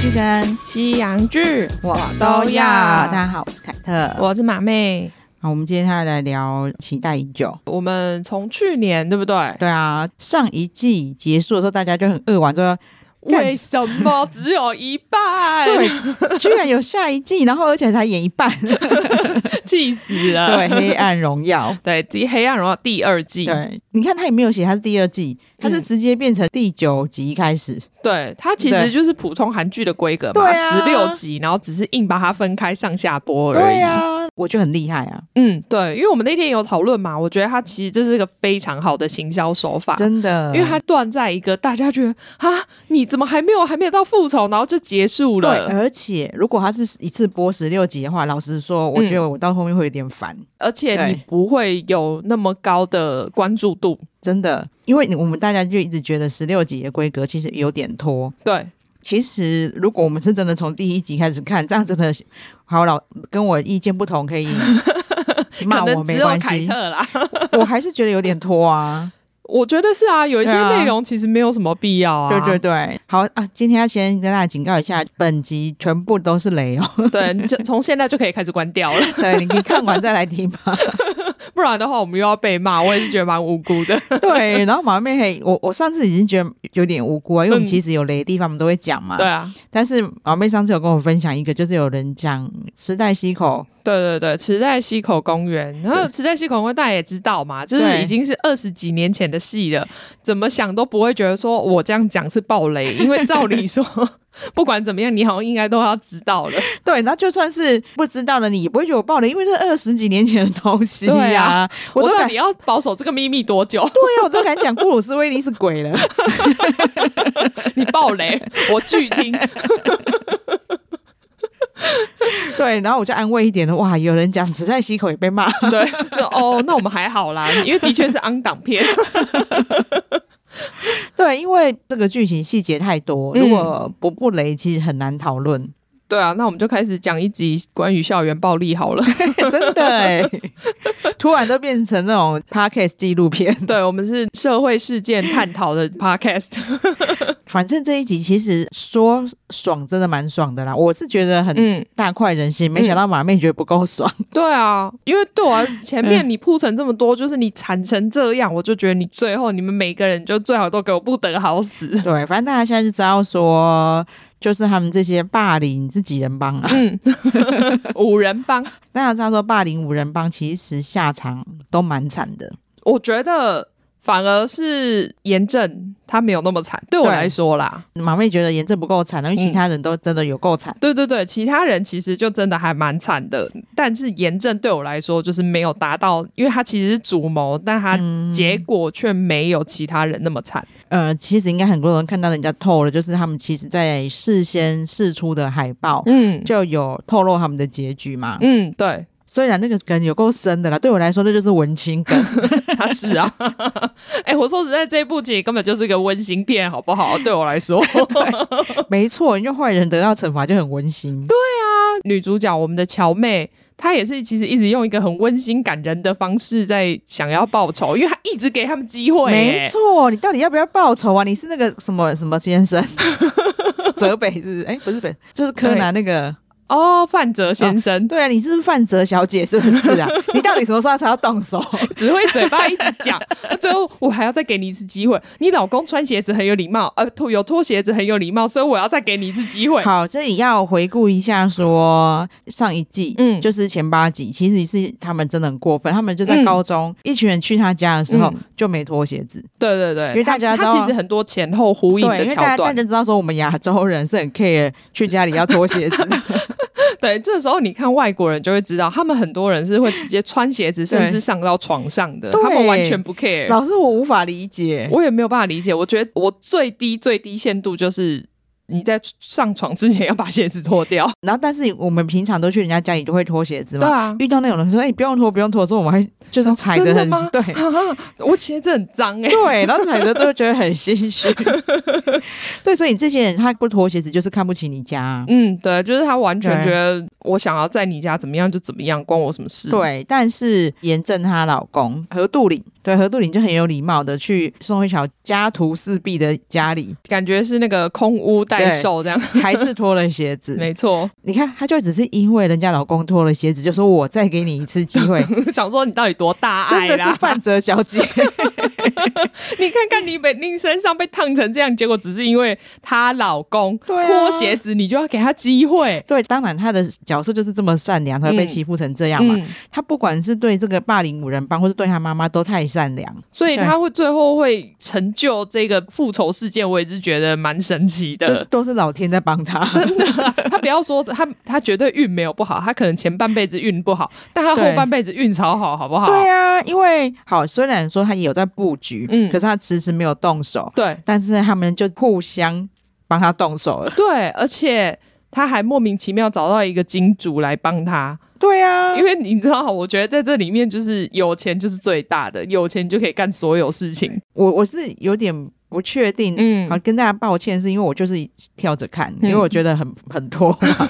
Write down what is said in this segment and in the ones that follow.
剧跟西洋剧，我都要大家好，我是凯特。我是马妹。好，我们接下来聊期待已久。我们从去年对不对？对啊，上一季结束的时候，大家就很扼腕说，干为什么只有一半？哎对，居然有下一季，然后而且才演一 半。气死了。对，《黑暗荣耀》。对，第《黑暗荣耀》第二季，对，你看他也没有写他是第二季，他是嗯直接变成第九集开始。对它其对实就是普通韩剧的规格对嘛，啊十六集，然后只是硬把它分开上下播而已。对啊，我就很厉害啊，嗯，对，因为我们那天有讨论嘛，我觉得它其实这是一个非常好的行销手法，真的，因为它断在一个大家觉得啊，你怎么还没有还没有到复仇，然后就结束对，了，而且如果他是一次播十六集的话，老实说，嗯我觉得我到后面会有点烦，而且你对不会有那么高的关注度。真的，因为你我们大家就一直觉得十六集的规格其实有点拖。对，其实如果我们是真的从第一集开始看，这样真的好老跟我意见不同 可以骂可我能只没有关凯系，特啦。 我还是觉得有点拖啊。我觉得是啊，有一些对啊内容其实没有什么必要啊。对对对，好啊，今天要先跟大家警告一下，本集全部都是 雷哦。对，你就从现在就可以开始关掉了， 对，你你看完再来听吧。不然的话我们又要被骂。我也是觉得蛮无辜 的。对，然后马妹嘿，我我上次已经觉得有点无辜啊，因为我们嗯其实有雷的地方我们都会讲嘛。对。啊，但是马妹上次有跟我分享一个，就是有人讲池袋西口，对 对对，池袋西口公园，然后池袋西口公园大家也知道嘛，就是对已经是二十几年前的戏了，怎么想都不会觉得说我这样讲是暴雷， 因为照理说不管怎么样，你好像应该都要知道了。对，那就算是不知道了，你也不会有爆雷，因为那二十几年前的东西呀、对啊我我都到敢底要保守这个秘密多久？对啊呀、我都敢讲布鲁斯威利是鬼 了。你暴雷，我拒 听。对，然后我就安慰一点的，哇，有人讲池袋西口也被 骂，对，哦，那我们还好啦，因为的确是昂档片。 对，因为这个剧情细节太多，嗯如果不不雷，其实很难讨 论，对啊，那我们就开始讲一集关于校园暴力好了。 真的哎、突然都变成那种 podcast 纪录片。对，我们是社会事件探讨的 podcast。反正这一集其实说爽真的蛮爽的啦，我是觉得很嗯，大快人心，没想到马妹觉得不够 爽。对啊，因为对我而前面你铺成这么多，就是你惨成这样，我就觉得你最后你们每个人就最好都给我不得好死。 对，反正大家现在就知道说，就是他们这些霸凌是几人帮啊？嗯，五人帮，大家知道说霸凌五人帮其实下场都蛮惨的，我觉得反而是严正他没有那么惨，对我对来说啦。马妹觉得严正不够惨，因为其嗯他人都真的有够惨。对对对，其他人其实就真的还蛮惨的，但是严正对我来说就是没有达到，因为他其实是主谋，但他嗯结果却没有其他人那么惨。呃，其实应该很多人看到人家透了，就是他们其实在事先试出的海报。嗯就有透露他们的结局嘛？嗯，对，虽然那个梗有够深的啦，对我来说那就是文青 梗，他是啊。 哎、我说实在，这一部剧根本就是个温馨片，好不好？对我来 说，没错，因为坏人得到惩罚就很温馨。对，女主角我们的乔妹。她也是，其实一直用一个很温馨感人的方式在想要报仇，因为她一直给他们机会、没哎，错，你到底要不要报仇啊？你是那个什么什么先 生？泽北是不是？哎、不是北，就是柯南那个。哦，范泽先生，对啊，你是不是范泽小姐是不是 啊？你到底什么时候才要动手？只会嘴巴一直讲， 啊最后我还要再给你一次机会。你老公穿鞋子很有礼貌，呃，脱有脱鞋子很有礼貌，所以我要再给你一次机会。好，这里要回顾一下说上一季，嗯，嗯就是前八集，其实是他们真的很过分，他们就在嗯高中、一群人去他家的时候、嗯就没脱鞋子，对对对，因为大家知他道他其实很多前后呼对，应因为大的桥家大段。家知道说我们亚洲人是很 care 去家里要脱鞋 子的，对，这时候你看外国人就会知道，他们很多人是会直接穿鞋子，甚至上到床上的，对他们完全不 care。老师我无法理解， 我也没有办法理解，我觉得我最低最低限度就是你在上床之前要把鞋子脱 掉。然后但是我们平常都去人家家里都会脱鞋子嘛，啊，遇到那种人说：“哎、不用脱，不用脱。”之后我们 还就是踩得真的很、吗对 我鞋子很脏哎、对，然后踩得都觉得很心 虚。对，所以你这些人他不脱鞋子就是看不起你家啊、嗯嗯，对，就是他完全对觉得我想要在你家怎么样就怎么样，关我什么事？，对，但是严正她老公何杜岭，对何杜岭就很有礼貌的去宋慧乔家徒四壁的家 里，感觉是那个空屋待售这样，还是脱了鞋子。没错。 你看，她就只是因为人家老公脱了鞋子，就说我再给你一次机 会，想说你到底多 大真爱的是啦？范泽小姐。 你看看你被你身上被烫成这样，结果只是因为她老公对啊脱鞋子，你就要给她机会。对，当然她的角色就是这么善良，才会被嗯欺负成这样嘛。嗯，她不管是对这个霸凌五人帮，或是对她妈妈，都太善良。所以她会最后会成就这个复仇事件，我也是觉得蛮神奇的。就是都是老天在帮她，真的他不要说他他绝对运没有不好，他可能前半辈子运不好，但他后对半辈子运超好，好不好？对啊，因为好，虽然说她也有在布局，嗯可是她迟迟没有动手，对但是他们就互相帮她动手 了。对而且。他还莫名其妙找到一个金主来帮他，对啊，因为你知道，我觉得在这里面就是有钱就是最大的，有钱就可以干所有事情。我我是有点不确定。嗯好，跟大家抱歉，是因为我就是跳着看，嗯因为我觉得很很拖 嘛，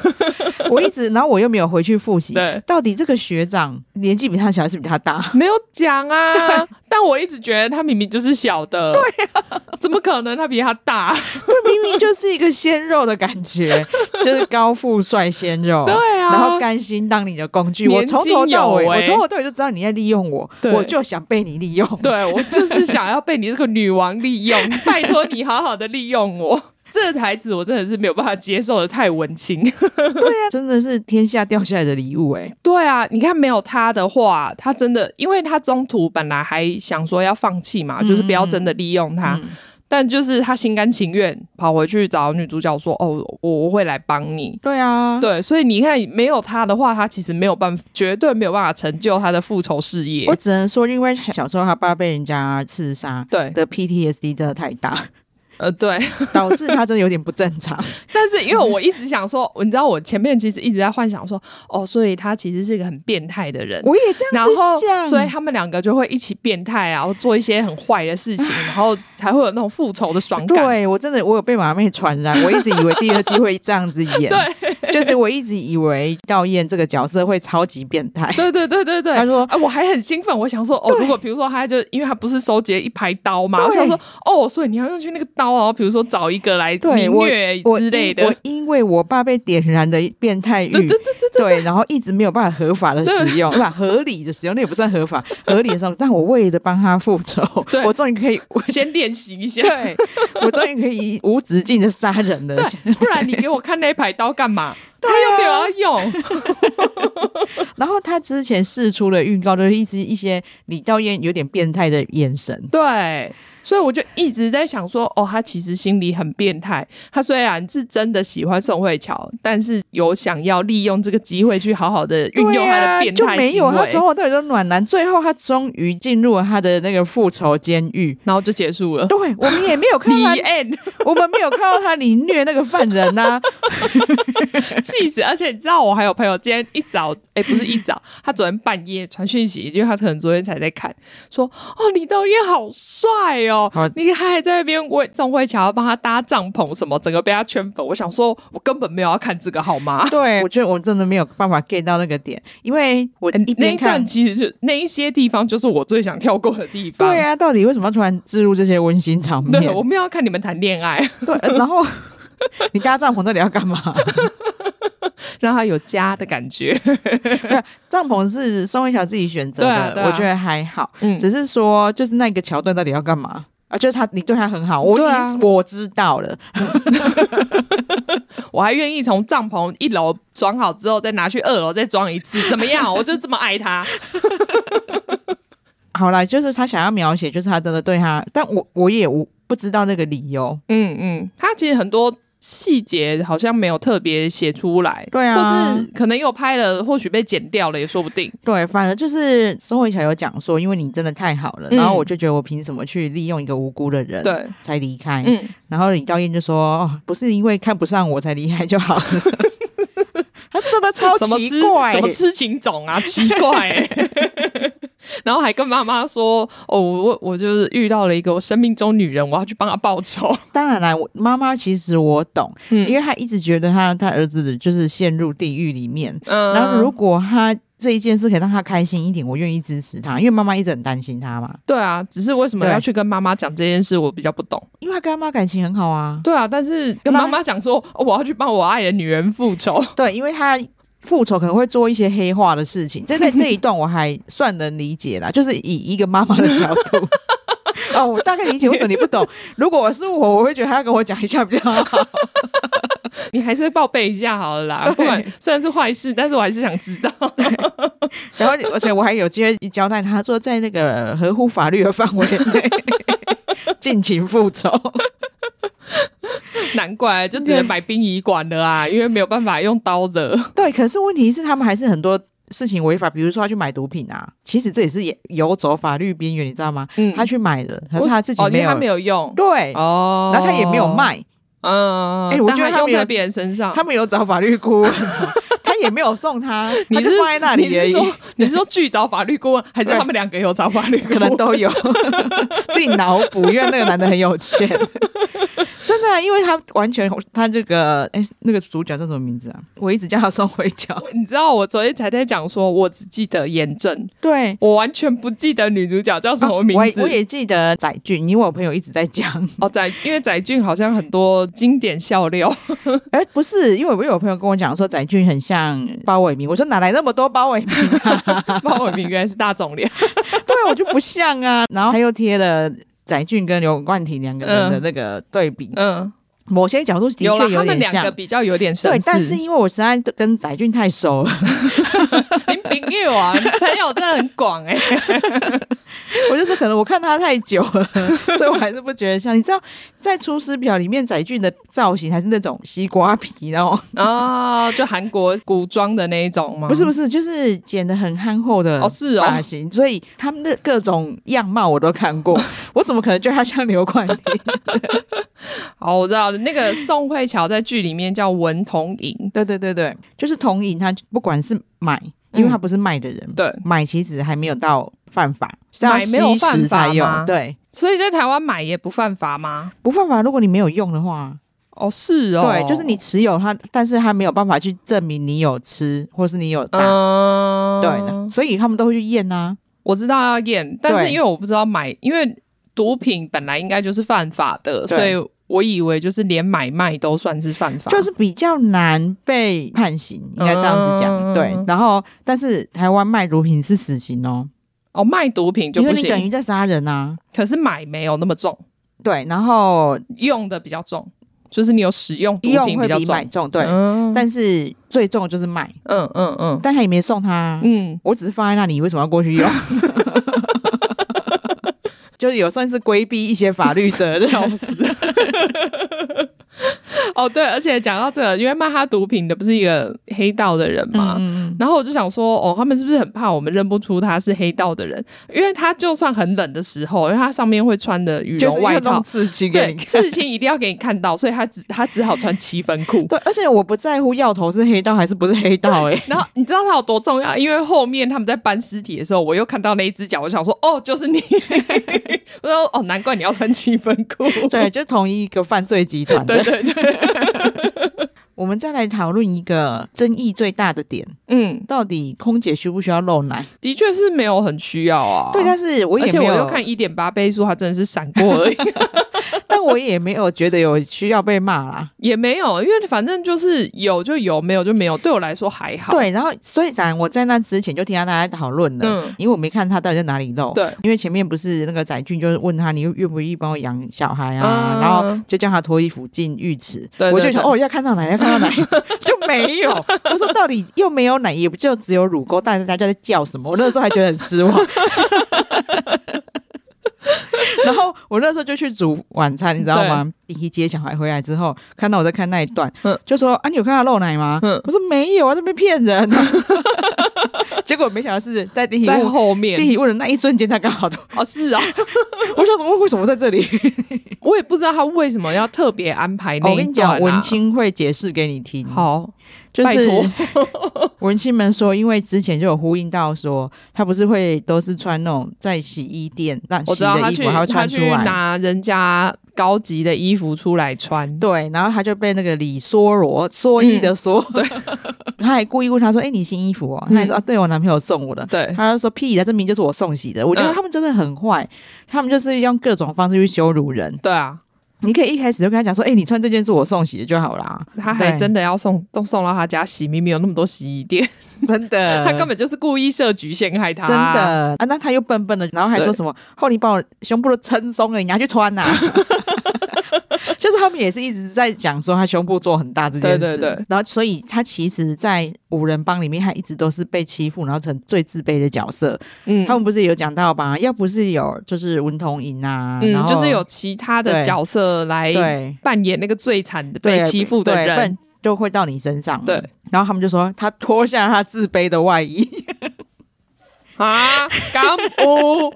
我一直，然后我又没有回去复习对。到底这个学长年纪比他小还是比他大？没有讲 啊，但我一直觉得他明明就是小 的，对啊，怎么可能他比他大？明明就是一个鲜肉的感 觉，就是高富帅鲜肉。对啊然后甘心当你的工具。我年轻从头到尾，有为我从头到尾就知道你在利用我，对我就想被你利用。对我就是想要被你这个女王利 用，拜托你好好的利用我。这个台词我真的是没有办法接受的，太文青。 对啊，真的是天下掉下来的礼物哎、对啊，你看没有他的话，他真的，因为他中途本来还想说要放弃嘛，就是不要真的利用他，嗯但就是他心甘情愿跑回去找女主角说：“哦，我我会来帮你。”对啊，对，所以你看，没有他的话，他其实没有办法，绝对没有办法成就他的复仇事业我。只能说，因为小时候他爸被人家刺杀。对，的 PTSD 真的太大，呃，对， 导致他真的有点不正常。但是因为我一直想说，你知道，我前面其实一直在幻想说，哦，所以他其实是一个很变态的人。 我也这然样子想，后，所以他们两个就会一起变态啊，然后做一些很坏的事情，然后才会有那种复仇的爽感。啊对我真的，我有被马妹传染，我一直以为第二季会这 样子演，对，就是我一直以为高燕这个角色会超级变态，对对对对对，他说啊，我还很兴奋，我想说，哦，如果比如说他就，因为他不是收集了一排刀嘛，对我想说，哦，所以你要用去那个刀啊，比如说找一个来 对凌我虐我之类因的，我嗯因为我爸被点燃的变态欲，对对对对对，对然后一直没有办法合法的使用，不合理的使用，那也不算合法，合理的时候，但我为了帮他复仇对，我终于可以，我先练习一下，对我终于可以无止境的杀人了。 不然你给我看那一排刀干嘛？啊他又没有要用。 然后他之前试出了预告，就是一直一些李道彦有点变态的眼神，对，所以我就一直在想说，哦，他其实心里很变态。他虽然是真的喜欢宋慧乔，但是有想要利用这个机会去好好的运用他的变对啊态就没行有他为，从头到尾都暖男，最后他终于进入了他的那个复仇监狱。然后就结束了。对我们也没有看到离 他， end， 我们没有看到他凌虐那个犯人啊呐、气死！而且你知道，我还有朋友今天一早，哎、不是一早，他昨天半夜传讯息，因为他可能昨天才在看，说哦，李道彦好帅哦好，你还在那边为宋慧乔要帮他搭帐篷什么，整个被他圈粉。我想说，我根本没有要看这个，好吗？对， 我觉得我真的没有办法 get 到那个点，因为我欸一那边一看段，其实就那一些地方，就是我最想跳过的地方。对啊，到底为什么要突然置入这些温馨场面？ 对，我们要看你们谈恋爱，对，呃然后你搭帐篷到底要干嘛？ 让他有家的感觉。帐篷是宋慧乔自己选择的，对啊对啊我觉得还好。嗯只是说，就是那个桥段到底要干嘛？啊，就是他，你对他很好，我已对啊经我知道了， 我还愿意从帐篷一楼装好之后，再拿去二楼再装一 次，怎么样？我就这么爱他。好啦，就是他想要描写，就是他真的对他，但我我也无不知道那个理由。嗯嗯，他其实很多。细节好像没有特别写出来，对啊或是可能又拍了，或许被剪掉了也说不定。对，反而就是宋慧乔有讲说，因为你真的太好了，嗯然后我就觉得我凭什么去利用一个无辜的人，对，才离开。嗯，然后李道彦就说、哦，不是因为看不上我才离开就好 了。他真的超什么奇痴怪、什么痴情种啊，奇怪、欸。 然后还跟妈妈说：“哦，我我就是遇到了一个我生命中女人，我要去帮她报仇。当然啦，我妈妈其实我懂，嗯因为她一直觉得她她儿子就是陷入地狱里面”，嗯然后如果她这一件事可以让她开心一点，我愿意支持她，因为妈妈一直很担心她嘛， 对啊，只是为什么对要去跟妈妈讲这件事，我比较不懂。因为她跟她妈感情很好啊，对啊，但是跟妈妈讲说、哦我要去帮我爱的女人复仇，对，因为她。复仇可能会做一些黑化的事情， 这个这一段我还算能理解啦，就是以一个妈妈的角度， 哦，我大概理解为什么你不懂。如果是我，我会觉得她要跟我讲一下比较好。 你还是报备一下好了啦。对不管虽然是坏事，但是我还是想知 道。然后，而且我还有机会交代他说，在那个合乎法律的范围 内尽情复仇。难怪就只能买殡仪馆了啊，因为没有办法用刀的。对，可是问题是，他们还是很多事情违法，比如说他去买毒品啊，其实这也是也游走法律边缘，你知道吗？嗯他去买了，可是他自己哦因没为有，他没有用对，哦，然后他也没有，卖，嗯，哎我觉得但他他用没有在别人身上，他们有找法律顾问，啊他也没有送他， 你他就是放在那你里而已。是 说你是说去找法律顾问，还是对他们两个有找法律顾问？可能都有 自己脑补，因为那个男的很有钱， 真的啊、因为他完全他这个哎、那个主角叫什么名字啊？我一直叫他宋慧 乔。 你知道我昨天才在讲说，我只记得严正，对，我完全不记得女主角叫什么名字。哦我也我也记得载俊，因为我朋友一直在讲，哦，载，因为载俊好像很多经典笑料，哎、不是，因为我有朋友跟我讲说载俊很像包伟明，我说哪来那么多包伟明？包伟明原来是大众脸， 对，我就不像啊。然后他又贴了载俊跟刘冠廷两个人的那个对比，嗯，某些角度的确有了他们点两个像。比较有点对神，似，但是因为我实在跟载俊太熟了， 林炳佑啊，你朋友真的很广哎、我就是可能我看他太久了，所以我还是不觉得像。你知道，在《出师表》里面，载俊的造型还是那种西瓜皮，然后 哦，就韩国古装的那一种吗？不是不是，就是剪得很憨厚的哦是哦发型，所以他们的各种样貌我都看 过，我怎么可能觉得他像刘冠廷？ 好，我知道了那个宋慧乔在剧里面叫文童莹，对对对对，就是同影，他不管是买，因为他不是卖的人，嗯对，买其实还没有到犯法，是要买没有吸食犯法才有吗，对，所以在台湾买也不犯法吗？不犯法。如果你没有用的话，哦，是哦，对，就是你，持有它，但是他没有办法去证明你有吃或是你有打，嗯，对的，所以他们都会去验啊。我知道要验，但是对因为我不知道买，因为毒品本来应该就是犯法的，对所以我以为就是连买卖都算是犯法，就是比较难被判刑，应该这样子讲。嗯对，然后但是台湾卖毒品是死刑哦，哦，卖毒品就因不为你等行，于在杀人啊。可是买没有那么重，对，然后用的比较重，就是你有使用毒用品会较比买重，重，对，嗯但是最重的就是卖，嗯嗯嗯但他也没送他啊、嗯，我只是放在那里，你为什么要过去 用？ 就是有算是规避一些法律责任， 笑死。哦，对，而且讲到这个因为卖他毒品的不是一个黑道的人嘛，嗯，然后我就想说，哦，他们是不是很怕我们认不出他是黑道的人？因为他就算很冷的时候，因为他上面会穿的羽就是绒要外弄套，刺激给对你，看。刺青一定要给你看到，所以他只他只好穿七分裤。 对，而且我不在乎药头是黑道还是不是黑道、欸，然后你知道他有多重要？因为后面他们在搬尸体的时候，我又看到那一只脚，我想说，哦，就是你。 我说，哦，难怪你要穿七分裤。对，就同一个犯罪集团对的。对对， 我们再来讨论一个争议最大的点，嗯，到底空姐需不需要露奶？的确是没有很需要啊。对，但是我而也且没我有又看，一点八倍速，他真的是闪过而已。 但我也没有觉得有需要被骂啦。也没有，因为反正就是有就有，没有就没有，对我来说还好。对，然后所以然我在那之前就听到大家讨论了，嗯因为我没看他到底在哪里露。对因为前面不是那个载俊就是问他你愿不愿意帮我养小孩啊，嗯然后就叫他脱衣服进浴池，对对我就想对哦要看到奶要看到奶 就没有，我说到底又没有奶，也不就只有乳沟，但是大家在叫什么？我那时候还觉得很失望。 然后我那时候就去煮晚餐，你知道吗？一接小孩回来之后，看到我在看那一段，嗯就说啊，你有看到漏奶吗？嗯我说没有啊，这边骗人、啊。 结果没想到是在地铁在问后地面铁问的 那一瞬间，他刚好都，哦， 是啊，我想怎么为什么在这里？我也不知道他为什么要特别安排那哦我一段、啊跟你讲，文，青会解释给你听。好，就拜是托 文青们说，因为之前就有呼应到说，他不是会都是穿那种在洗衣店让我洗知道的他衣去服，还会他穿出去来。拿人家高级的衣服出来穿，对，然后他就被那个李梭嗯罗蓑衣的蓑，对， 他还故意问他说：“哎、你新衣服哦？”他还说：“啊，对我男朋友送我的。”嗯对，他就说：“屁的，这明明就是我送洗的。”我觉得嗯他们真的很坏，他们就是用各种方式去羞辱人。对啊，你可以一开始就跟他讲说：“哎、你穿这件是我送洗的就好啦。他还对 真的要送都送到他家洗，明明有那么多洗衣店，”真的，他根本就是故意设局陷害他，真的啊，那他又笨笨的，然后还说对什么后你把我胸部都撑松了，你拿去穿 呐、 就是他们也是一直在讲说他胸部做很大这件事，对对对然后所以他其实，在五人帮里面，他一直都是被欺负，然后成最自卑的角色。嗯他们不是有讲到吧？要不是有就是文童莹啊，然嗯，后就是有其他的对角色来对扮演那个最惨的对被欺负的对不人然，就会到你身上了。对，然后他们就说他脱下他自卑的外衣， 啊，感哦悟，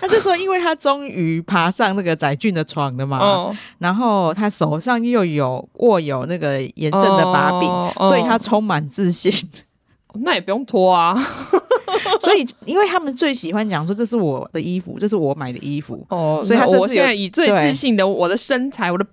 他就说因为他终于爬上那个载俊的床了嘛，嗯，然后他手上又有握有那个炎症的把柄，哦哦所以他充满自 信。那也不用脱啊，所以，因为他们最喜欢讲说这是我的衣服，这是我买的衣服。哦所以他这次有我现在以最对自信的我的身材、我的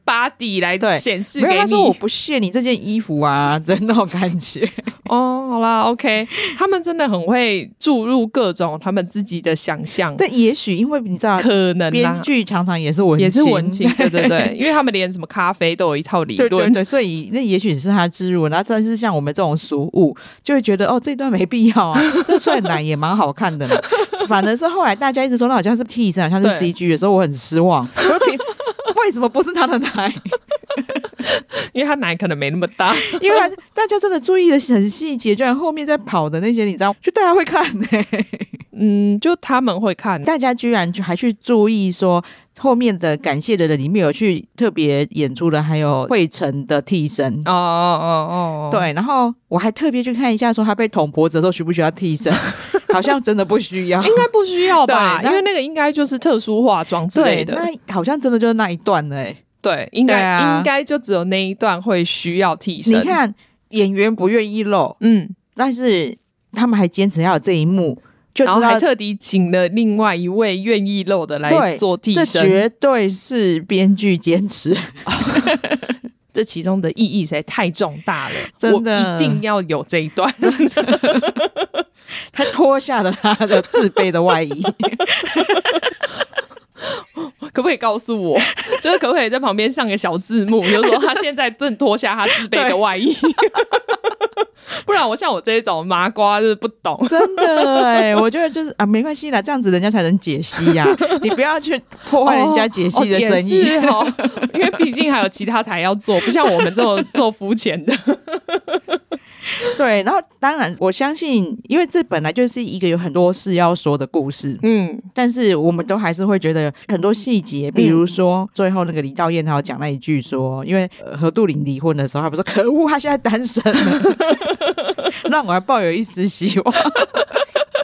对 body 来显示没有，给他说我你。不屑你这件衣服 啊的那种感觉。哦，好啦，OK，他们真的很会注入各种他们自己的想象，但也许因为你知道，可能啊编啦，剧常常也是文也是青文青，对 对对，因为他们连什么咖啡都有一套理对对论，对，所以那也许是他植入，然后但是像我们这种俗物，就会觉得哦，这段没必要啊，这段奶也蛮好看的嘛。反而是后来大家一直说那好像是替身，好像是对 CG 的时候，我很失望。 我说凭为什么不是他的奶？ 因为他奶可能没那么大。因为他大家真的注意的很细节，就然后面在跑的那些，你知道，就大家会看呢、嗯，就他们会看， 大家居然就还去注意说后面的感谢的人里面有去特别演出的，还有惠晨的替身。哦哦哦哦，对，然后我还特别去看一下，说他被捅脖子的时候需不需要替身， 好像真的不需 要。应该不需要吧？对那因为那个应该就是特殊化妆之类对，的。那好像真的就是那一段了、欸。对，应对该、啊应该就只有那一段会需要替你身。，看演员不愿意露，嗯，但是他们还坚持要有这一幕，就然后知还道特地请了另外一位愿意露的来对做替这身，绝对是编剧坚持。 这其中的意义实在太重大了，真的我一定要有这一 段。他脱下了他的自卑的外衣，可不可以告 诉我，就是可不可以在旁边上个小字幕，就是说他现在正脱下他自卑的外衣， 不然我像我这一种麻瓜就是不懂。 真的哎、我觉得就是啊，没关系啦，这样子人家才能解析呀、 你不要去破坏人家解析的生意。哦哦也是 哦，因为毕竟还有其他台要做，不像我们这 么做肤浅的。对，然后当然我相信，因为这本来就是一个有很多事要说的故事， 嗯，嗯但是我们都还是会觉得很多细节，比如说最后那个李道彦他有讲那一句说，因为呃何杜林离婚的时候，他不是说可恶，他现在单身了， 让我还抱有一丝希望。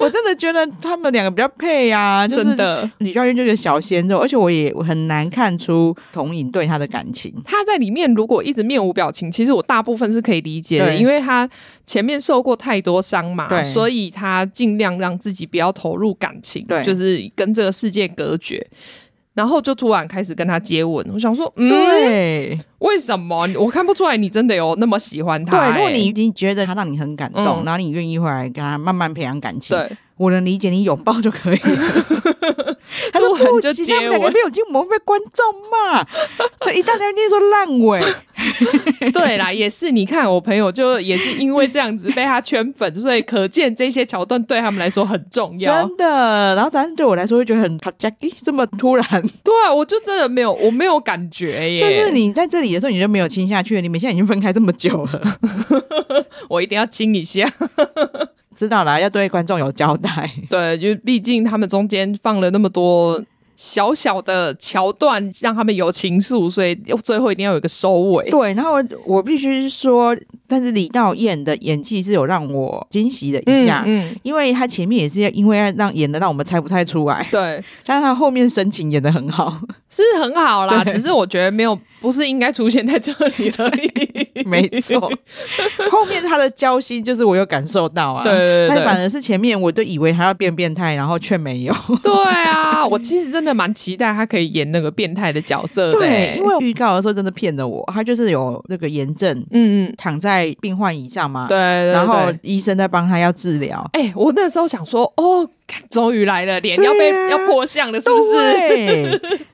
我真的觉得他们两个比较配啊，就是、真。的，李道彦就是个小鲜肉，而且我也很难看出童颖对他的感情。他在里面如果一直面无表情，其实我大部分是可以理解的，对因为他前面受过太多伤嘛，对所以他尽量让自己不要投入感情对，就是跟这个世界隔绝。然后就突然开始跟他接吻，我想说，嗯，对为什么？我看不出来你真的有那么喜欢他、对，如果欸你你觉得他让你很感动，嗯然后你愿意回来跟他慢慢培养感情，对我能理解你拥抱就可以 了。他说不然不就行，接他们两个吻没有进门被观众骂，就一大堆人就说烂尾。 对啦，也是。你看，我朋友就也是因为这样子被他圈粉，所以可见这些桥段对他们来说很重要。真的。然后，但是对我来说，会觉得很卡加咦，这么突然，对啊，我就真的没有，我没有感觉耶。就是，你在这里的时候，你就没有亲下去，你们现在已经分开这么久了，我一定要亲一下。知道啦，要对观众有交代。对，就毕竟他们中间放了那么多。小小的桥段让他们有情愫，所以最后一定要有一个收尾。对，然后我必须说，但是李道彦的演技是有让我惊喜的一下，嗯，因为他前面也是因为要让演的让我们猜不太出来， 对，但是他后面深情演的很好， 是很好啦，对只是我觉得没有，不是应该出现在这里而已。没错。后面他的交心就是我有感受到啊，对对对但反而是前面我都以为他要变变态，然后却没 有。 对啊，我其实真的蛮期待他可以演那个变态的角色的、欸。 因为预告的时候真的骗了我，他就是有那个炎症，嗯嗯，躺在病患椅上嘛，对对对然后医生在帮他要治疗，哎、我那时候想说，哦，看终于来了，脸要被、对啊要破相了，是不是？ 是？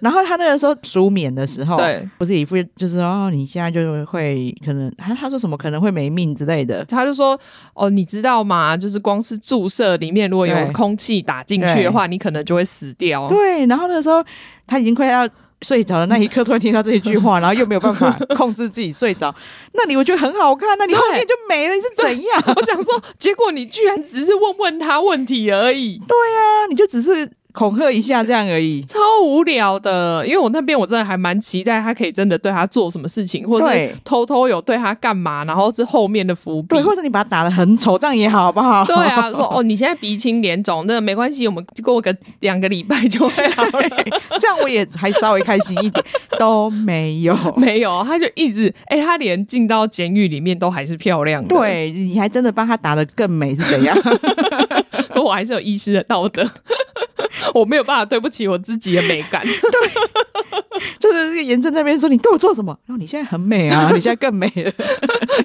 然后他那个时候舒眠的时候，对，不是一副就是哦，你现在就会可能他他说什么可能会没命之类的，他就说：“哦，你知道吗？就是光是注射里面如果有对空气打进去的话，你可能就会死掉。对。然后那个时候他已经快要睡着的那一刻，突然听到这一句 话，然后又没有办法控制自己睡着，那里我觉得很好看，那你后面就没了，你是怎样？我想说，结果你居然只是问问他问题而已，那啊你就只是恐吓一下这样而已。超无聊的。因为我那边我真的还蛮期待他可以真的对他做什么事情，或者对偷偷有对他干嘛，然后是后面的伏笔对，。或者你把他打的很丑，这样也好，好不好？ 对啊，说哦，你现在鼻青脸肿，那没关系，我们过个两个礼拜就会好了。 这样我也还稍微开心一点，都没有。没有，他就一直哎、他连进到监狱里面都还是漂亮的。，对，你还真的帮他打的更美是怎样？所以我还是有医师的道德， 我没有办法对不起我自己的美 感。 就是这个严正在那边说你对我做什么？然后你现在很美啊，你现在更美了。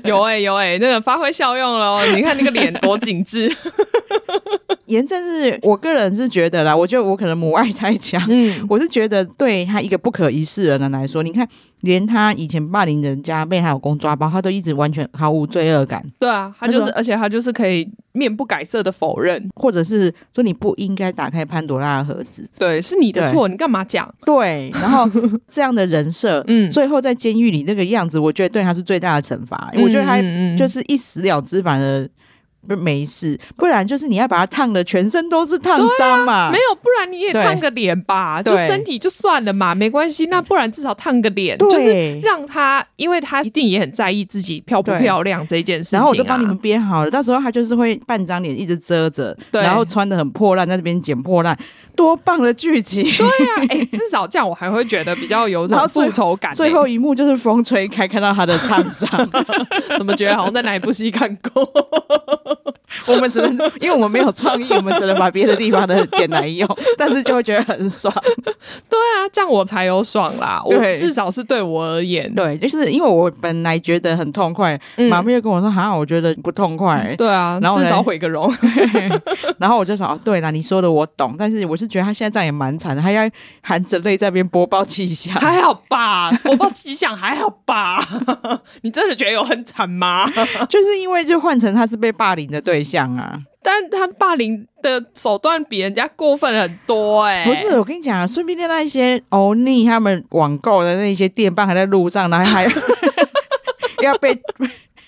有哎、有哎、那个发挥效用了哦，你看那个脸多紧致。 严正是我个人是觉得啦，我觉得我可能母爱太强。 嗯，我是觉得对他一个不可一世的人来说，你看，连他以前霸凌人家、被他老公抓包，他都一直完全毫无罪恶感，对啊，他就是，而且他就是可以面不改色的否认，或者是说你不应该打开潘多拉的盒子。对，是你的对错，你干嘛讲？对，然 后这样的人设，嗯最后在监狱里那个样子，我觉得对他是最大的惩罚。我觉得他嗯嗯嗯就是一死了之，反而不没事，不然就是你要把它烫的全身都是烫伤嘛。啊没有，不然你也对烫个脸吧，就啊对身体就算了嘛，没关系。那不然至少烫个脸，对就是让他，因为他一定也很在意自己漂不对漂亮这件事情、啊。然后我就帮你们编好了，到时候他就是会半张脸一直遮着，对然后穿的很破烂，在这边捡破烂，多棒的剧情！对啊，哎、至少这样我还会觉得比较有然后种最复仇 感、最后一幕就是风吹开，看到他的烫 伤，哎怎么觉得好像在哪一部戏看过？ 我们只能因为我们没有创意，我们只能把别的地方的捡来 用，但是就会觉得很爽。对啊，这样我才有爽啦。我对至少是对我而言，对，就是因为我本来觉得很痛快，嗯马妹又跟我说：“哈，我觉得不痛快。对啊，然后至嘞少毁 个容。然后我就想，哦，对了，你说的我懂，但是我是觉得他现在这样也蛮惨的，他要含着泪在那边播报气象。 还好吧，我报吉祥还好吧？ 你真的觉得有很惨吗？就是因为就换成他是被霸凌的对象啊，但他霸凌的手段比人家过分很多哎、不是我跟你讲、啊，顺便那一些欧尼他们网购的那些店办还在路上，然后还 要被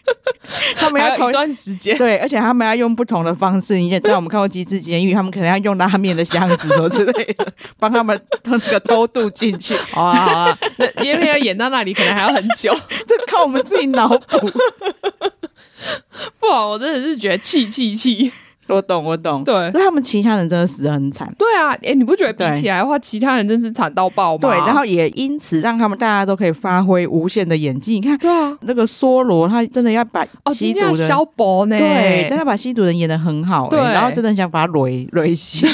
他们还要有一同段时间。 对，而且他们要用不同的方式。你也知道，我们看过《机智监狱》，他们可能要用拉面的箱子什么之类的， 帮他们那个偷渡进去。好啊，好啊，那因为要演到那里可能还要很久， 这靠我们自己脑补。不然我真的是觉得气气气。我懂，我懂。对那他们其他人真的死的很惨。对啊，哎、你不觉得比起来的话，其他人真是惨到爆吗？对，然后也因此让他们大家都可以发挥无限的演技。你看对啊，那个梭罗，他真的要把哦，吸今天毒要的。消薄呢，对，但他把吸毒人演的很好、欸，对然后真的很想把他累累 醒，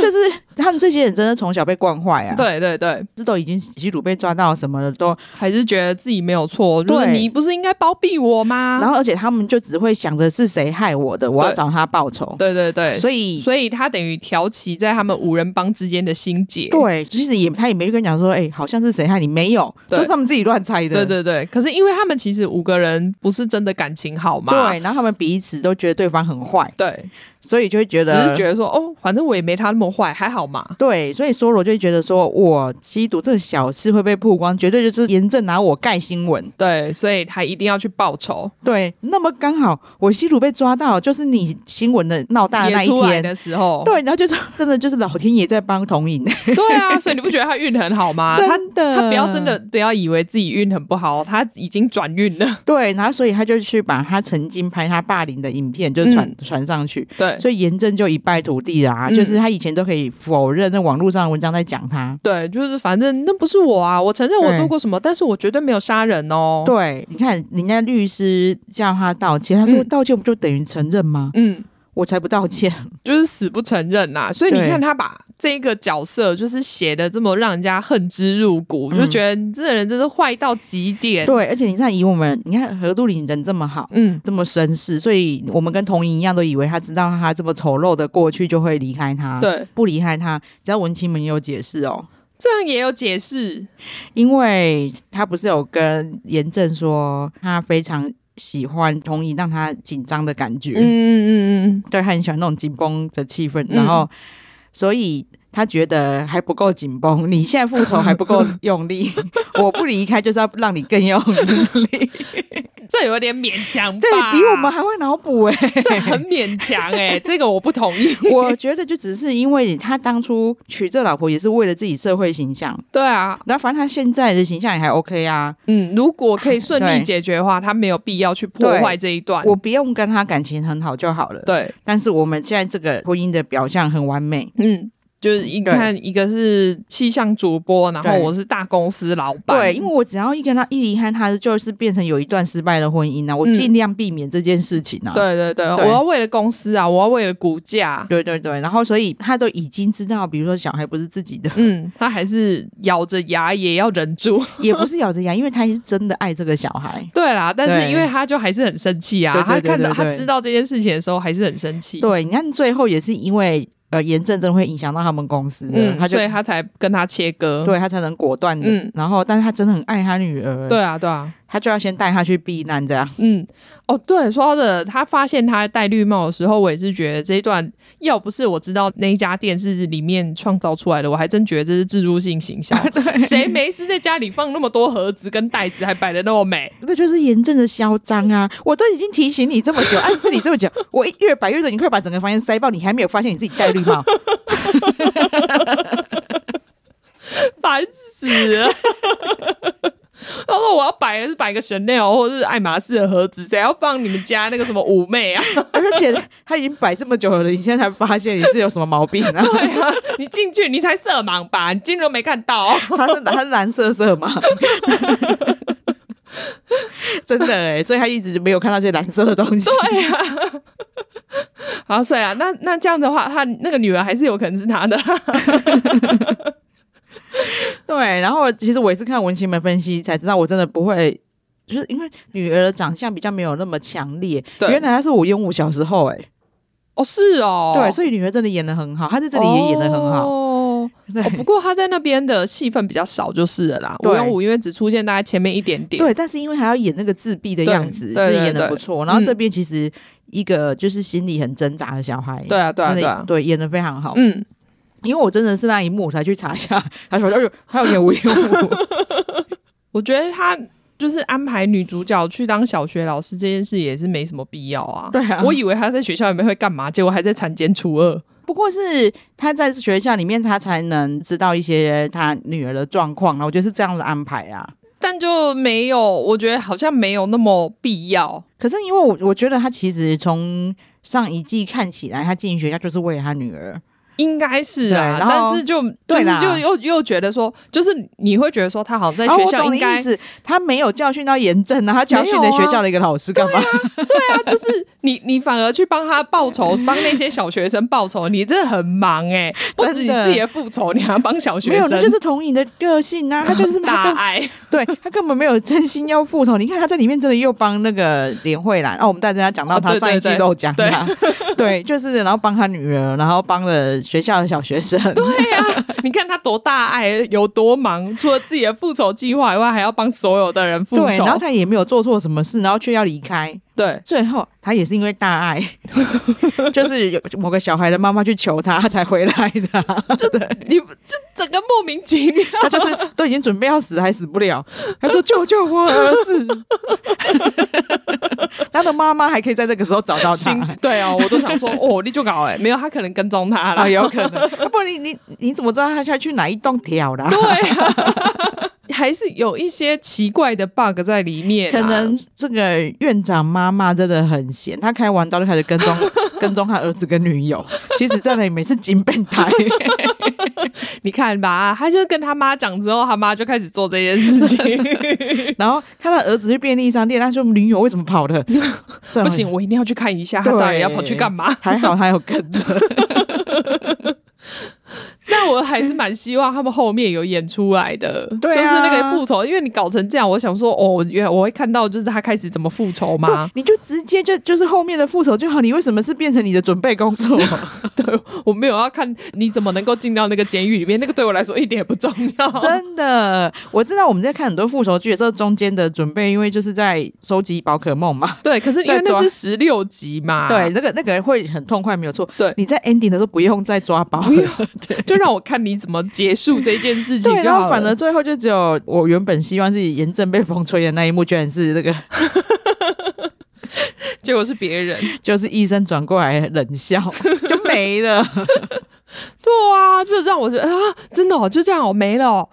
就是他们这些人真的从小被惯坏啊，，对对对，这都已经吸毒被抓到什么的都，还是觉得自己没有错，就是对你不是应该包庇我吗？然后而且他们就只会想着是谁害我的，我要啊对找他报仇，对对对，所以所以他等于挑起在他们五人帮之间的心结。对，其实也他也没跟你讲说，哎、好像是谁害你，没有，对都是他们自己乱猜的，对对对，可是因为他们其实五个人不是真的感情好嘛，对，然后他们彼此都觉得对方很坏，对所以就会觉只得是觉得说哦，反正我也没他那么坏，还好嘛。对，所以梭罗就会觉得说，我吸毒这小事会被曝光，绝对就是严正拿我盖新闻。对，所以他一定要去报仇。对，那么刚好我吸毒被抓到，就是你新闻的闹大的那演一出来天。的 时候，对，然后就是真的就是老天爷在帮同 影，对啊，所以你不觉得他运很 好吗？他真的，他不要真的不要以为自己运很不好，他已经转 运了。对，然后所以他就去把他曾经拍他霸凌的影片，就是传、嗯传上去，对所以严正就一败涂地啦、嗯就是他以前都可以否认那网络上的文章在讲他。对，就是反正那不是我啊，我承认我做过什么，但是我绝对没有杀人哦。，对，你看人家律师叫他道歉，他说嗯道歉不就等于承认吗？嗯，我才不道歉。就是死不承认呐、所以你对看他把这个角色就是写的这么让人家恨之入骨，嗯就觉得你这个人真是坏到极 点。对，而且你看以我们，你看何杜林人这么好。嗯，这么绅士，所以我们跟童莹一样，都以为他知道他这么丑陋的过去就会离开他。，对，不离开他，只要文清们有解释哦，这样也有解释。因为他不是有跟严正说他非常喜欢童莹让他紧张的感觉，嗯嗯嗯对他很喜欢那种紧绷的气氛，嗯然后所以他觉得还不够紧绷，你现在复仇还不够用力， 我不离开就是要让你更用力，嗯，这有点勉强吧？对比我们还会脑补哎、 这很勉强哎、这个我不同意。 我觉得就只是因为他当初娶这老婆也是为了自己社会形象，对啊，然后反正他现在的形象也还 OK 啊，嗯，如果可以顺利对解决的话，他没有必要去破坏这一段。我不用跟他感情很好就好了。对，但是我们现在这个婚姻的表象很完美，嗯，就是一对看一个是气象主播，然后对我是大公司老板，对，因为我只要一跟他一离开他，就是变成有一段失败的婚姻啊，我嗯尽量避免这件事情啊。对对对，我要为了公司啊，我要为了股价，对对对，然后所以他都已经知道，比如说小孩不是自己的，嗯，他还是咬着牙也要忍住。 也不是咬着牙，因为他是真的爱这个小孩。对啦，但是对因为他就还是很生气啊，对对对他看到对他对知道这件事情的时候还是很生气。对，你看最后也是因为呃炎症真的会影响到他们公司的，嗯，他就所以他才跟他切割。对他才能果断的。嗯然后，但是他真的很爱他女儿，对，啊，对啊，他就要先带她去避难，这样。嗯，哦，对，说到的，他发现他戴绿帽的时候，我也是觉得这一段，要不是我知道那一家店是里面创造出来的，我还真觉得这是植入性 行销。谁没事在家里放那么多盒子跟袋子，还摆的那么美？那就是炎症的嚣张啊！我都已经提醒你这么久，暗示你这么久，我一越摆越多，你快把整个房间塞爆，你还没有发现你自己戴绿帽？ 烦死 了！他说我要摆的是摆个 Chanel 或者是爱马仕的盒子，谁要放你们家那个什么妩媚啊？ 而且他已经摆这么久了，你现在才发现你是有什么毛病啊？对啊，你进去你才色盲吧？你进去都没看到、 他是他是蓝色色嘛？ 真的哎、所以他一直就没有看到这些蓝色的东西。对呀、啊，好，所以啊，那那这样的话，他那个女儿还是有可能是他的。对，然后其实我也是看文青们分析才知道，我真的不会，就是因为女儿的长相比较没有那么强烈。对原来她是我鹦鹉小时候哎、哦，是哦，对，所以女儿真的演的很好，她在这里也演的很好。哦对、哦不过他在那边的戏份比较少，就是了啦。对五用五因为只出现大概前面一点点，对，但是因为还要演那个自闭的对样子，对所以对演的对不错。然后嗯这边其实一个就是心里很挣扎的小孩，对啊对啊真的对啊对，演的非常好。嗯，因为我真的是那一幕我才去查一下，他说：“哎呦，他有演无用武。我觉得他就是安排女主角去当小学老师这件事也是没什么必要啊。对啊我以为他在学校里面会干嘛，结果还在铲奸除恶。”不过是他在学校里面，他才能知道一些他女儿的状况然后我觉得是这样的安排啊。但就没有，我觉得好像没有那么必要。可是因为我我觉得他其实从上一季看起来，他进学校就是为了他女儿。应该是啊，对然后但是就就对是啦就又又觉得说，就是你会觉得说他好像在学啊校我懂应你该、意思，他没有教训到严正啊，他教训了学校的一个老师干嘛？ 对啊，就是你你反而去帮他报 仇，帮那些小学生报仇，你真的很忙哎、不止真你的自己的复仇，你还要帮小学没有，生，那就是童颖的个性啊，他就是他 大根爱。对他根本没有真心要复仇。你看他在里面真的又帮那个连慧兰，哦，我们大家讲到哦他对对上一季对漏讲 他，对，就是然后帮他女儿，然后帮了学校的小学生， 对呀、你看他多大爱，有多忙，除了自己的复仇计划以外，还要帮所有的人复对，仇然。后他也没有做错什么事，然后却要离开。对，最后他也是因为大爱， 就是有某个小孩的妈妈去求他，他才回来的啊、你这整个莫名其妙，他就是都已经准备要死，还死不了。他说：“救救我儿子！” 他的妈妈还可以在这个时候找到心他。对啊，我都想说哦，你就搞哎、没有他可能跟踪他了，啊，有可能，啊不然你你你怎么知道他他去哪一栋跳啦？还是有一些奇怪的 bug 在里面啊、可能这个院长妈妈真的很闲，她开完刀就开始跟踪跟踪她儿子跟女友。其实这里面是金变态，你看吧，他就跟他妈讲之后，他妈就开始做这件 事情。 然后看他儿子去便利商店，他说女友为什么跑的？这样不行，，我一定要去看一下他到底要跑去干嘛。 还好他有跟 着。但我还是蛮希望他们后面有演出来 的，对啊就是那个复仇，因为你搞成这样，我想说，哦，原来我会看到就是他开始怎么复仇吗？你就直接就就是后面的复仇就好，你为什么是变成你的准备工 作？我没有要看你怎么能够进到那个监狱里面，那个对我来说一点也不重 要。真的，我知道我们在看很多复仇剧的时候，中间的准备，因为就是在收集宝可梦嘛。对，可是因为在抓那是十六集嘛，对，，那个那个会很痛快，没有错。啊对你在 ending 的时候不用再抓宝，不用 就让我看你怎么结束这件事情 对，就然好后了。反而最后就只有我原本希望是严正被风吹的那一幕，居然是那个 结果是别人，就是医生转过来冷笑， 就没了。对啊，就是让我觉得啊，真的哦，就这样哦，没了哦。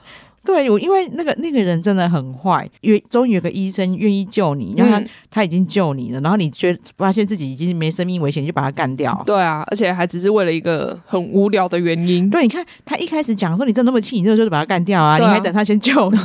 对，我因为那个那个人真的很坏，有终于有个医生愿意救你，然后他、嗯他已经救你了，然后你觉得发现自己已经没生命危险，你就把他干掉。对啊，而且还只是为了一个很无聊的原因。对，你看他一开始讲说你真的那么气，你这时候就把他干掉啊，对你啊还等他先救 你，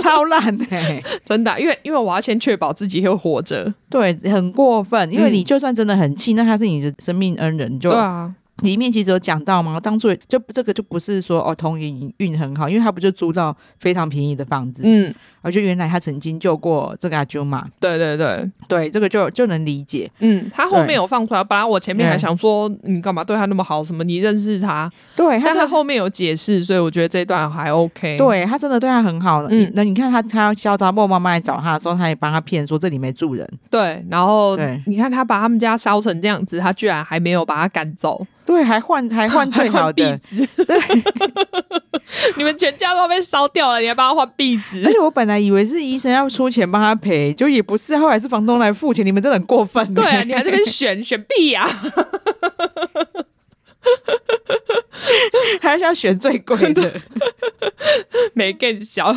超烂哎、 真的啊、因为因为我要先确保自己又活着。对，很过分，因为嗯你就算真的很气，那他是你的生命恩人，你就啊，里面其实有讲到嘛，当初就这个就不是说哦同营运很好，因为他不就租到非常便宜的房子，嗯，而就原来他曾经救过这个阿舅嘛，对对对，对，这个就就能理解。嗯，他后面有放出来，本来我前面还对想说你干嘛对他那么好，什么你认识他，对他但他真的，后面有解释，所以我觉得这一段还 OK。，对他真的对他很好了。嗯嗯，那你看他他肖扎莫妈妈来找他的时候，他也帮他骗说这里没住人。对，然后对你看他把他们家烧成这样子，他居然还没有把他赶走，对，还换还换 最好的 还换壁。纸， 你们全家都被烧掉了，你还帮他换 壁而纸？且我本来以为是医生要出钱帮他赔，就也不是，后来是房东来付钱。你们真的很过分。欸对啊，你还这边选 选壁啊呀、还是要选最贵的。没更小，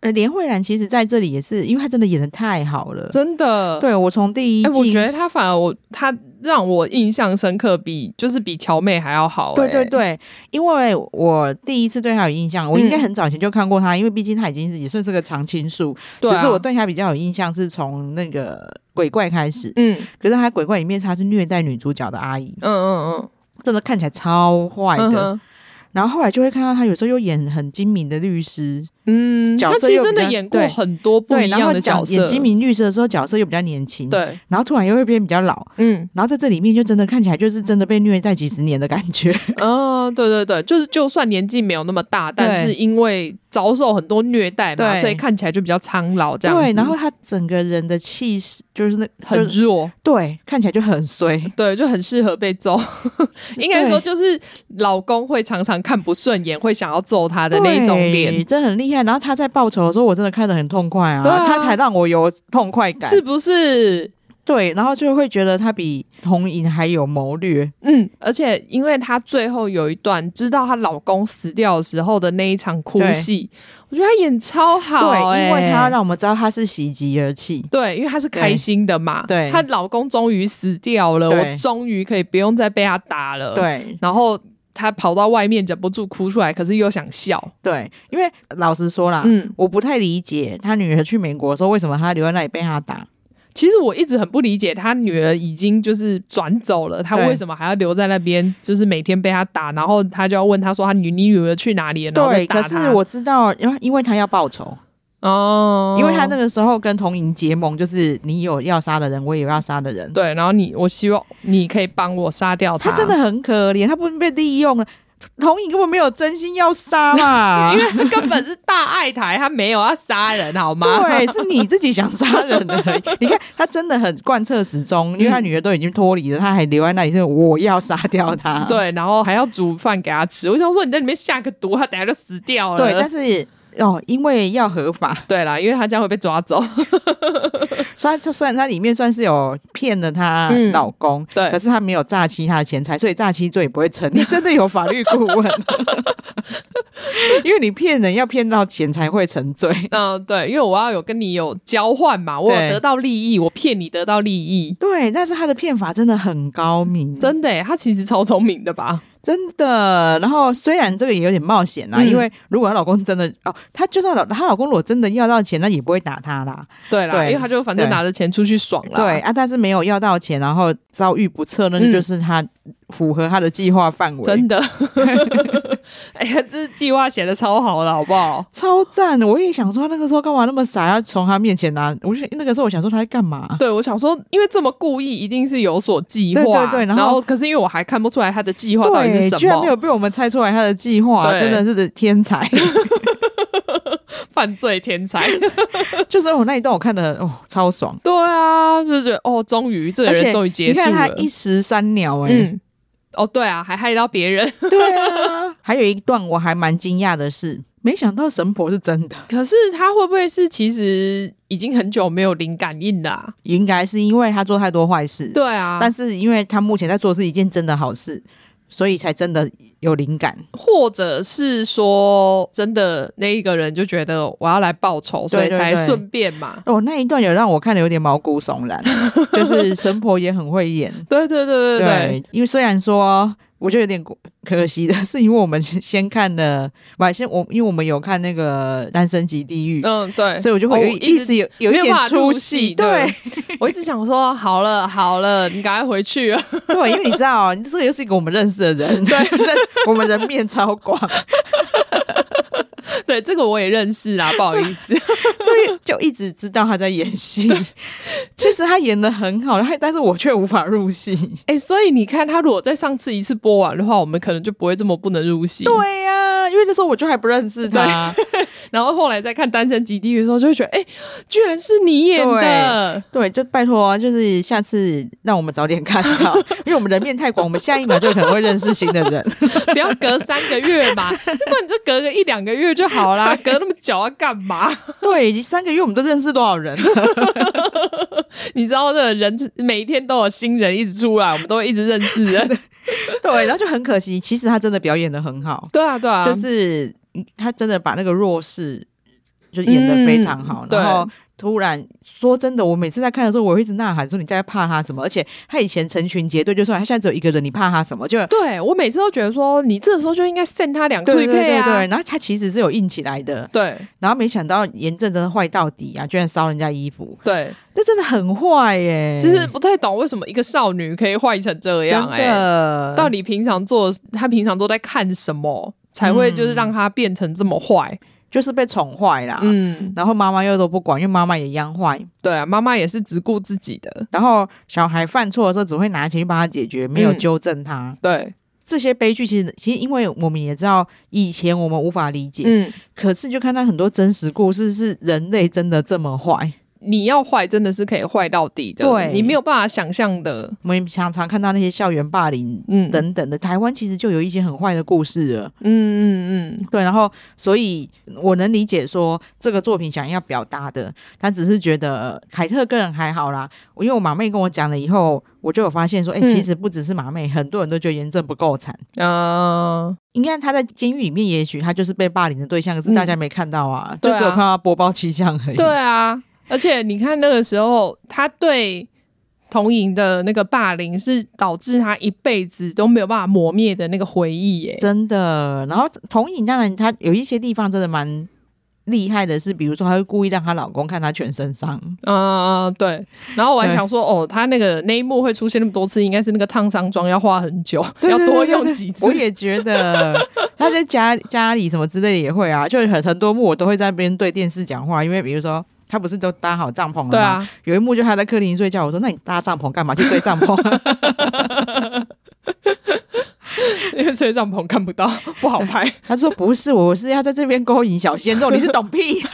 呃，连慧兰其实在这里也是，因为她真的演的太好了。真的。对我从第一哎、季，我觉得他反而我他让我印象深刻比，就是比乔妹还要好、对对哎，对，因为我第一次对她有印象，我应该嗯很早以前就看过她，因为毕竟她已经是也算是个常青树。对啊只是我对她比较有印象是从那个鬼怪开始，嗯可是她鬼怪里面她是虐待女主角的阿姨，嗯嗯真的看起来超坏嗯，嗯的。哼然后后来就会看到她有时候又演很精明的律师，嗯，角他色其实又比真的较演过对很多不对，一然样后的讲角色，演精明律师的时候角色又比较年轻，，对，然后突然又会变比较老。嗯然后在这里面就真的看起来就是真的被虐待几十年的感觉，哦，对对对，就是就算年纪没有那么大，但对是因为遭受很多虐待嘛，对所以看起来就比较苍老 这样子对，然后她整个人的气势就是那很就是弱，对，看起来就很衰，对，就很适合被 揍。应该说，对就是老公会常常看不顺眼，会想要揍他的那一种脸对，真的很厉害。然后他在报仇的时候，我真的看得很痛快啊，对啊他才让我有痛快感，是不是？对，然后就会觉得他比红影还有谋略，嗯，而且因为她最后有一段知道她老公死掉的时候的那一场哭戏，我觉得她演超好、对，因为欸他要让我们知道他是喜极而泣，对，因为她是开心的嘛，对对她老公终于死掉了，对我终于可以不用再被他打了，，对然后她跑到外面忍不住哭出来，可是又想笑，对，因为老实说啦。嗯，我不太理解他女儿去美国的时候，为什么他留在那里被他打？其实我一直很不理解，她女儿已经就是转走了，她对为什么还要留在那边，就是每天被他打，然后她就要问她说她女你女儿去哪里了，然后再对，打可她是我知道，因为因为他要报仇，哦，因为他那个时候跟童莹结盟，就是你有要杀的人，我也有要杀的人。对，然后你，我希望你可以帮我杀掉他真的很可怜，他不被利用了。童颖根本没有真心要杀 嘛，因为他根本是大爱台，他没有要杀人，好吗？对，啊是你自己想杀人的。你看他真的很贯彻始终，因为嗯他女儿都已经脱离了，他还留在那里，是我要杀掉他。 对，然后还要煮饭给他吃。我想说，你在里面下个毒，他等下就死掉了。对，但是哦，因为要合法，对啦，因为他这样会被抓走。 虽然虽然他里面算是有骗了她嗯老公，对可是他没有诈欺她的钱财，所以诈欺罪也不会成立。真的有法律顾问， 因为你骗人要骗到钱才会成罪。嗯、对，因为我要有跟你有交换嘛，我有对得到利益，我骗你得到利益。对，但是他的骗法真的很高明，真的耶，他其实超聪明的吧？真的。然后虽然这个也有点冒险啦，嗯因为如果她老公真的哦，她就算老她老公如果真的要到钱，那也不会打她啦。对啦，对因为他就反正对拿着钱出去爽啦。对啊，但是没有要到钱，然后遭遇不测，那嗯就是她符合她的计划范围。真的， 哎呀，这计划写的超好的，好不好？超赞的！我也想说，那个时候干嘛那么傻，要从他面前拿？我就那个时候我想说他在干 嘛？对，我想说，因为这么故意，一定是有所计划。对对对然然后可是因为我还看不出来他的计划到底是对，什么，居然没有被我们猜出来他的计划，对真的是天才！犯罪天才。 就是我那一段我看的哦，超爽，对啊，就是觉得哦，终于这个而且人终于结你束看他了。一石三鸟哎、嗯，哦，对啊，还害到别 人。 对啊。还有一段我还蛮惊讶的是，没想到神婆是真的，可是他会不会是其实已经很久没有灵感应啊啦、应该是因为他做太多坏事，、对啊，但是因为他目前在做的是一件真的好事，所以才真的有灵感。或者是说，真的那一个人就觉得我要来报仇，所对以对才对顺便嘛。哦，那一段有让我看的有点毛骨悚 然，就是神婆也很会演。对对对对对，因为虽然说我觉得有点可惜的是，因为我们先先看了，不，先我因为我们有看那个《单身级地狱》嗯对，所以我就会哦有我一直有有一没有点办法出入戏戏，对 对我一直想说，好了好了，你赶快回去啊！ 对，因为你知道，这个又是一个我们认识的人， 对，我们人面超 广，对，这个我也认识 啊，不好意思。所以就一直知道他在演戏。其实他演的很好，他但是我却无法入戏。哎、所以你看，他如果在上次一次播完的话，我们可能就不会这么不能入戏。，对呀、因为那时候我就还不认识他。然后后来再看《单身极地狱》的时候，就会觉得，哎、居然是你演的。对，就拜托、就是下次让我们早点看到，因为我们人面太广，我们下一秒就可能会认识新的人。 不要隔三个月嘛，那你就隔个一两个月就好 啦，隔那么久要干嘛？对，三个月我们都认识多少人？你知道，这个人每一天都有新人一直出来，我们都会一直认识人。 对，然后就很可惜，其实他真的表演的很好， 对啊，对啊，就是嗯他真的把那个弱势就演的非常好，嗯对然后。突然说真的，我每次在看的时候，我会一直呐喊说你在怕他什么？而且他以前成群结队就算了，他现在只有一个人，你怕他什么？就对我每次都觉得说，你这时候就应该扇他两对对脆对配对啊对，。然后他其实是有硬起来的，对然后没想到严正真的坏到底啊，居然烧人家衣服，对，这真的很坏耶、 其实不太懂为什么一个少女可以坏成这真样、哎，的，到底平常做她平常都在看什么，才会就是让她变成这么坏？就是被宠坏啦。嗯，然后妈妈又都不管，因为妈妈也一样坏。对啊，妈妈也是只顾自己的，然后小孩犯错的时候，只会拿钱去帮他解决，嗯没有纠正他。对，这些悲剧其实，其实因为我们也知道，以前我们无法理解，嗯。可是就看到很多真实故事，是人类真的这么坏。你要坏真的是可以坏到底的，对你没有办法想象的，我们常常看到那些校园霸凌嗯等等的，台湾其实就有一些很坏的故事了。嗯嗯嗯，对，然后所以我能理解说这个作品想要表达的，他只是觉得、呃凯特个人还好啦，因为我马妹跟我讲了以后，我就有发现说，哎、嗯其实不只是马妹，很多人都觉得严正不够惨。啊、应该他在监狱里面，也许他就是被霸凌的对象，可是嗯大家没看到啊，对就啊只有看到播报气象 而已。对啊，而且你看那个时候，他对童莹的那个霸凌是导致他一辈子都没有办法磨灭的那个回忆耶。真的。然后童颖当然，她有一些地方真的蛮厉害的是，比如说她会故意让她老公看她全身伤，嗯嗯嗯，对。然后我还对想说，哦，他那个那一幕会出现那么多次，应该是那个烫伤妆要化很久，对要对多对对用对几次。我也觉得 他在家家里什么之类的也会啊，就是很很多幕我都会在那边对电视讲话，因为比如说。他不是都搭好帐篷了吗？对啊，有一幕就他在客厅睡觉，我说：“那你搭帐篷干嘛？去堆帐篷？”因为摄像棚 看不到，不好拍。他说不是，我是要在这边勾引小鲜肉，你是懂屁呀、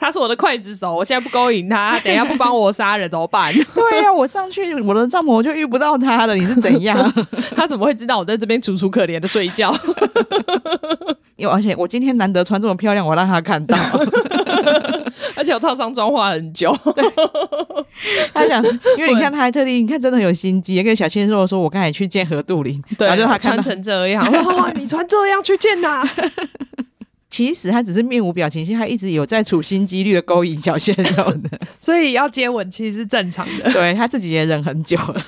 他是我的刽子手，我现在不勾引他， 他等一下不帮我杀人怎么办？对呀、我上去我的帐篷我就遇不到他了，你是怎样？ 他怎么会知道我在这边楚楚可怜的睡觉？ 因为而且我今天难得穿这么漂亮，我让他看 到，而且我套上妆化很久，他想，因为你看他还特地，你看真的很有心机，也跟小鲜肉说，我刚才去见何杜林，然后就他看穿到，成这 样，哇，你穿这样去见 他？其实他只是面无表情，其实他一直有在处心积虑的勾引小鲜肉 的，所以要接吻其实是正常的，对他自己也忍很久了。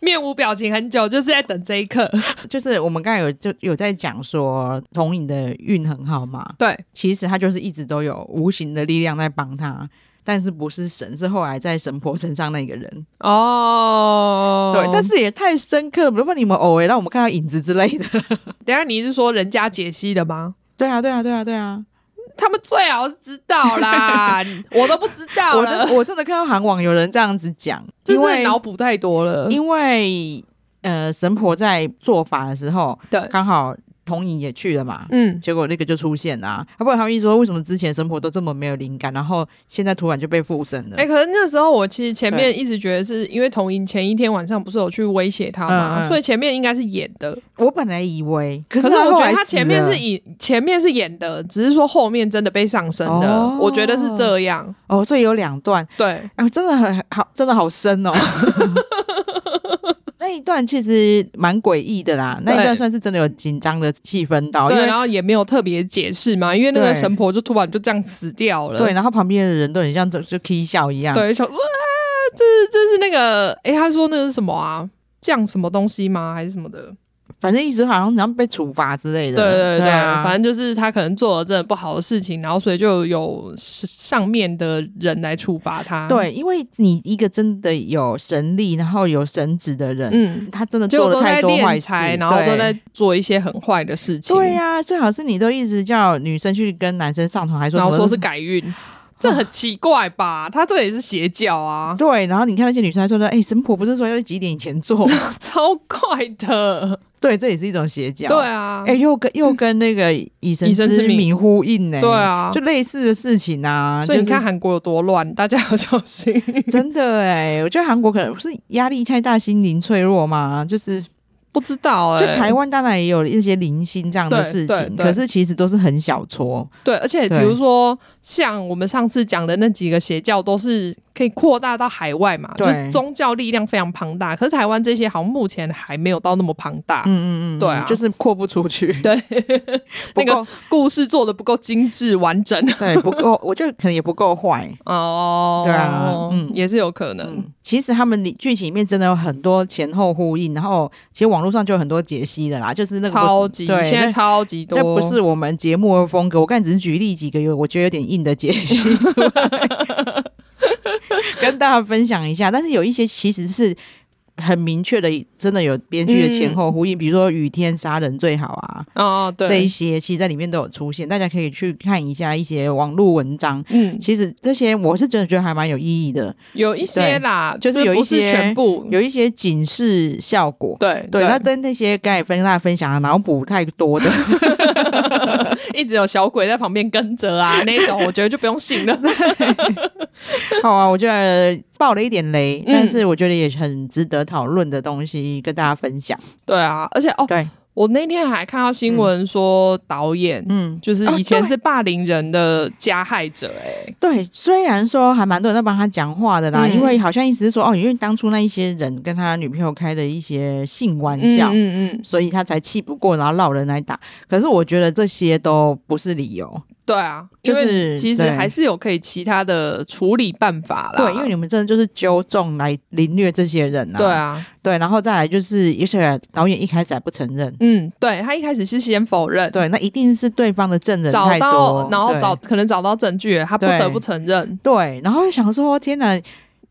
面无表情很久，就是在等这一刻。就是我们刚才有就有在讲说，童影的运很好嘛，对，其实他就是一直都有无形的力量在帮他，但是不是神，是后来在神婆身上那个人。哦对，但是也太深刻了，比如说你们偶尔让我们看到影子之类的。 等一下你是说人家解析的吗？对啊，对啊，对啊，对啊！他们最好是知道 啦，我都不知道我真了，我真的看到韩网有人这样子讲，这因真的为脑补太多了。因为呃，神婆在做法的时候，对，刚好童影也去了嘛。嗯，结果那个就出现啦、啊，不然他们一直说为什么之前神婆都这么没有灵感，然后现在突然就被附身了？哎、可是那时候我其实前面一直觉得是因为童莹前一天晚上不是有去威胁他嘛，嗯嗯所以前面应该是演的。我本来以为，可可是是我觉得他他前面后来是死了演前面是演的，只是说后面真的被上身的，哦我觉得是这样。哦，所以有两段对，啊，真的很好，真的好深 哦。那一段其实蛮诡异的啦，那一段对算是真的有紧张的气氛到，因对，为然后也没有特别解释嘛，因为那个对神婆就突然就这样死掉了。对，然后旁边的人都很像就就 K 笑一样，对，想哇，这是这是那个，哎、他说那个是什么啊？酱什么东西吗？还是什么的？反正一直好像好像被处罚之类的，对对对，啊反正就是他可能做了真的不好的事情，然后所以就有上面的人来处罚他。，对，因为你一个真的有神力，然后有神职的人，嗯，他真的结果做都了在太多坏敛事财，，然后都对在做一些很坏的事情。对呀、最好是你都一直叫女生去跟男生上床，还说然后什么说是啊改运，这很奇怪吧？他这个也是邪教啊，对，然后你看那些女生还说的，哎、神婆不是说要几点以前做？ 超怪的。对，这也是一种邪教。对啊，哎、又跟又跟那个以神以神之之名名呼应呢、对啊就类似的事情啊。所以你看就是韩国有多乱，大家要小心。真的哎、我觉得韩国可能是压力太大，心灵脆弱嘛。就是，不知道哎、就台湾当然也有一些零星这样的对事对情，对啊可是其实都是很小撮。对，而且比对如说像我们上次讲的那几个邪教，都是可以扩大到海外嘛，就对宗教力量非常庞大。可是台湾这些好像目前还没有到那么庞大。嗯嗯嗯，对啊就是扩不出去。对， 不那够个故事做的不够精致完整对，不够，我觉得可能也不够坏。 哦。对啊嗯也是有可能。嗯，其实他们里剧情里面真的有很多前后呼应，然后其实网络上就有很多解析的啦，就是那个不超级，对现在超级多，这不是我们节目的风格，我刚才只是举例几个有我觉得有点硬的解析出来， 跟大家分享一下。但是有一些其实是很明确的，真的有编剧的前后呼应，比如说雨天杀人最好啊，哦，嗯对，这一些其实在里面都有出现，大家可以去看一下一些网络文章。嗯，其实这些我是真的觉得还蛮有意义的，有一些啦，对就是有一不是些全部，有一些警示效果。对对，那跟那些刚才跟大家分享的脑补太多的，一直有小鬼在旁边跟着啊，那一 种我觉得就不用信了。好啊，我觉得爆了一点雷，嗯但是我觉得也很值得讨论的东西跟大家分享。对啊，而且哦，对，我那天还看到新闻说导演。嗯，就是哦以前对是霸凌人的加害者、欸，对，虽然说还蛮多人在帮他讲话的啦，嗯因为好像意思是说，哦，因为当初那一些人跟他女朋友开的一些性玩嗯笑。嗯嗯，所以他才气不过，然后闹人来打。可是我觉得这些都不是理由，对啊，就是因为其实对还是有可以其他的处理办法啦。对，因为你们真的就是纠众来凌虐这些人啊。啊对，啊，对，然后再来就是，而且导演一开始还不承认，嗯，对他一开始是先否认，对，那一定是对方的证人找太到多，然后对找可能找到证据了，他不对得不承认。对，然后就想说，天哪！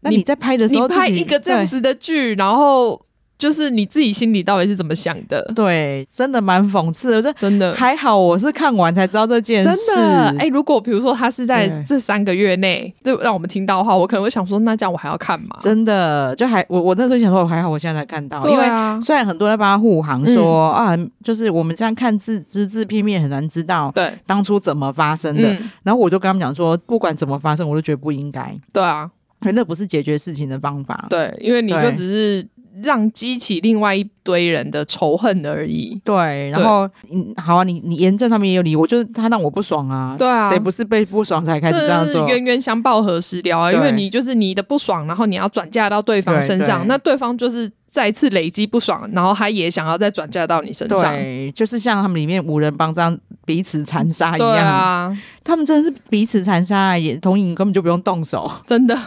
那你你在拍的时候自你己，拍一个这样对，子的剧，然后就是你自己心里到底是怎么想的？对，真的蛮讽刺的。我这真的，还好，我是看完才知道这件呃真事。的，哎、如果比如说他是在对这三个月内就让我们听到的话，我可能会想说，那这样我还要看吗？真的，就还我我那时候想说，我还好，我现在才看到，对因为啊，嗯虽然很多人帮他护航说，啊，就是我们这样看字只字片面很难知道对，当初怎么发生的。嗯，然后我就跟他们讲说，不管怎么发生，我都觉得不应该，对啊，因为那不是解决事情的方法。对，因为你就对只是让激起另外一堆人的仇恨而已。对，然后嗯，好啊，你你严正他们也有理，我就他让我不爽啊，对啊谁不是被不爽才开始这样这是做？冤冤相报何时了啊！对因为你就是你的不爽，然后你要转嫁到对方身上，对对那对方就是再次累积不爽，然后他也想要再转嫁到你身上。对，就是像他们里面五人帮这样彼此残杀一对样，啊，他们真的是彼此残杀，啊也同影根本就不用动手。真的，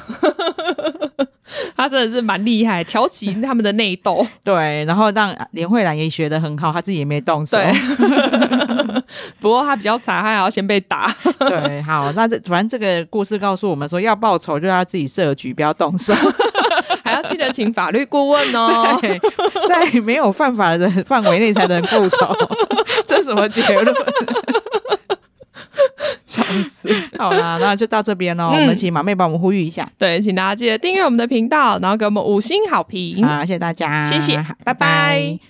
他真的是蛮厉害，挑起他们的内 斗。对，然后让连慧兰也学得很好，她自己也没动手。对 不过他比较惨，他还要先 被打。对，好，那这反正这个故事告诉我们说，要报仇就要自己设局，不要动手。还要记得请法律顾问哦。 对在没有犯法的范围内才能复仇， 这什么结论？笑死！好啦，那就到这边喽。我们请马妹帮我们呼吁一下对，请大家记得订阅我们的频道，然后给我们五星好评。嗯啊，谢谢大家，谢谢好拜拜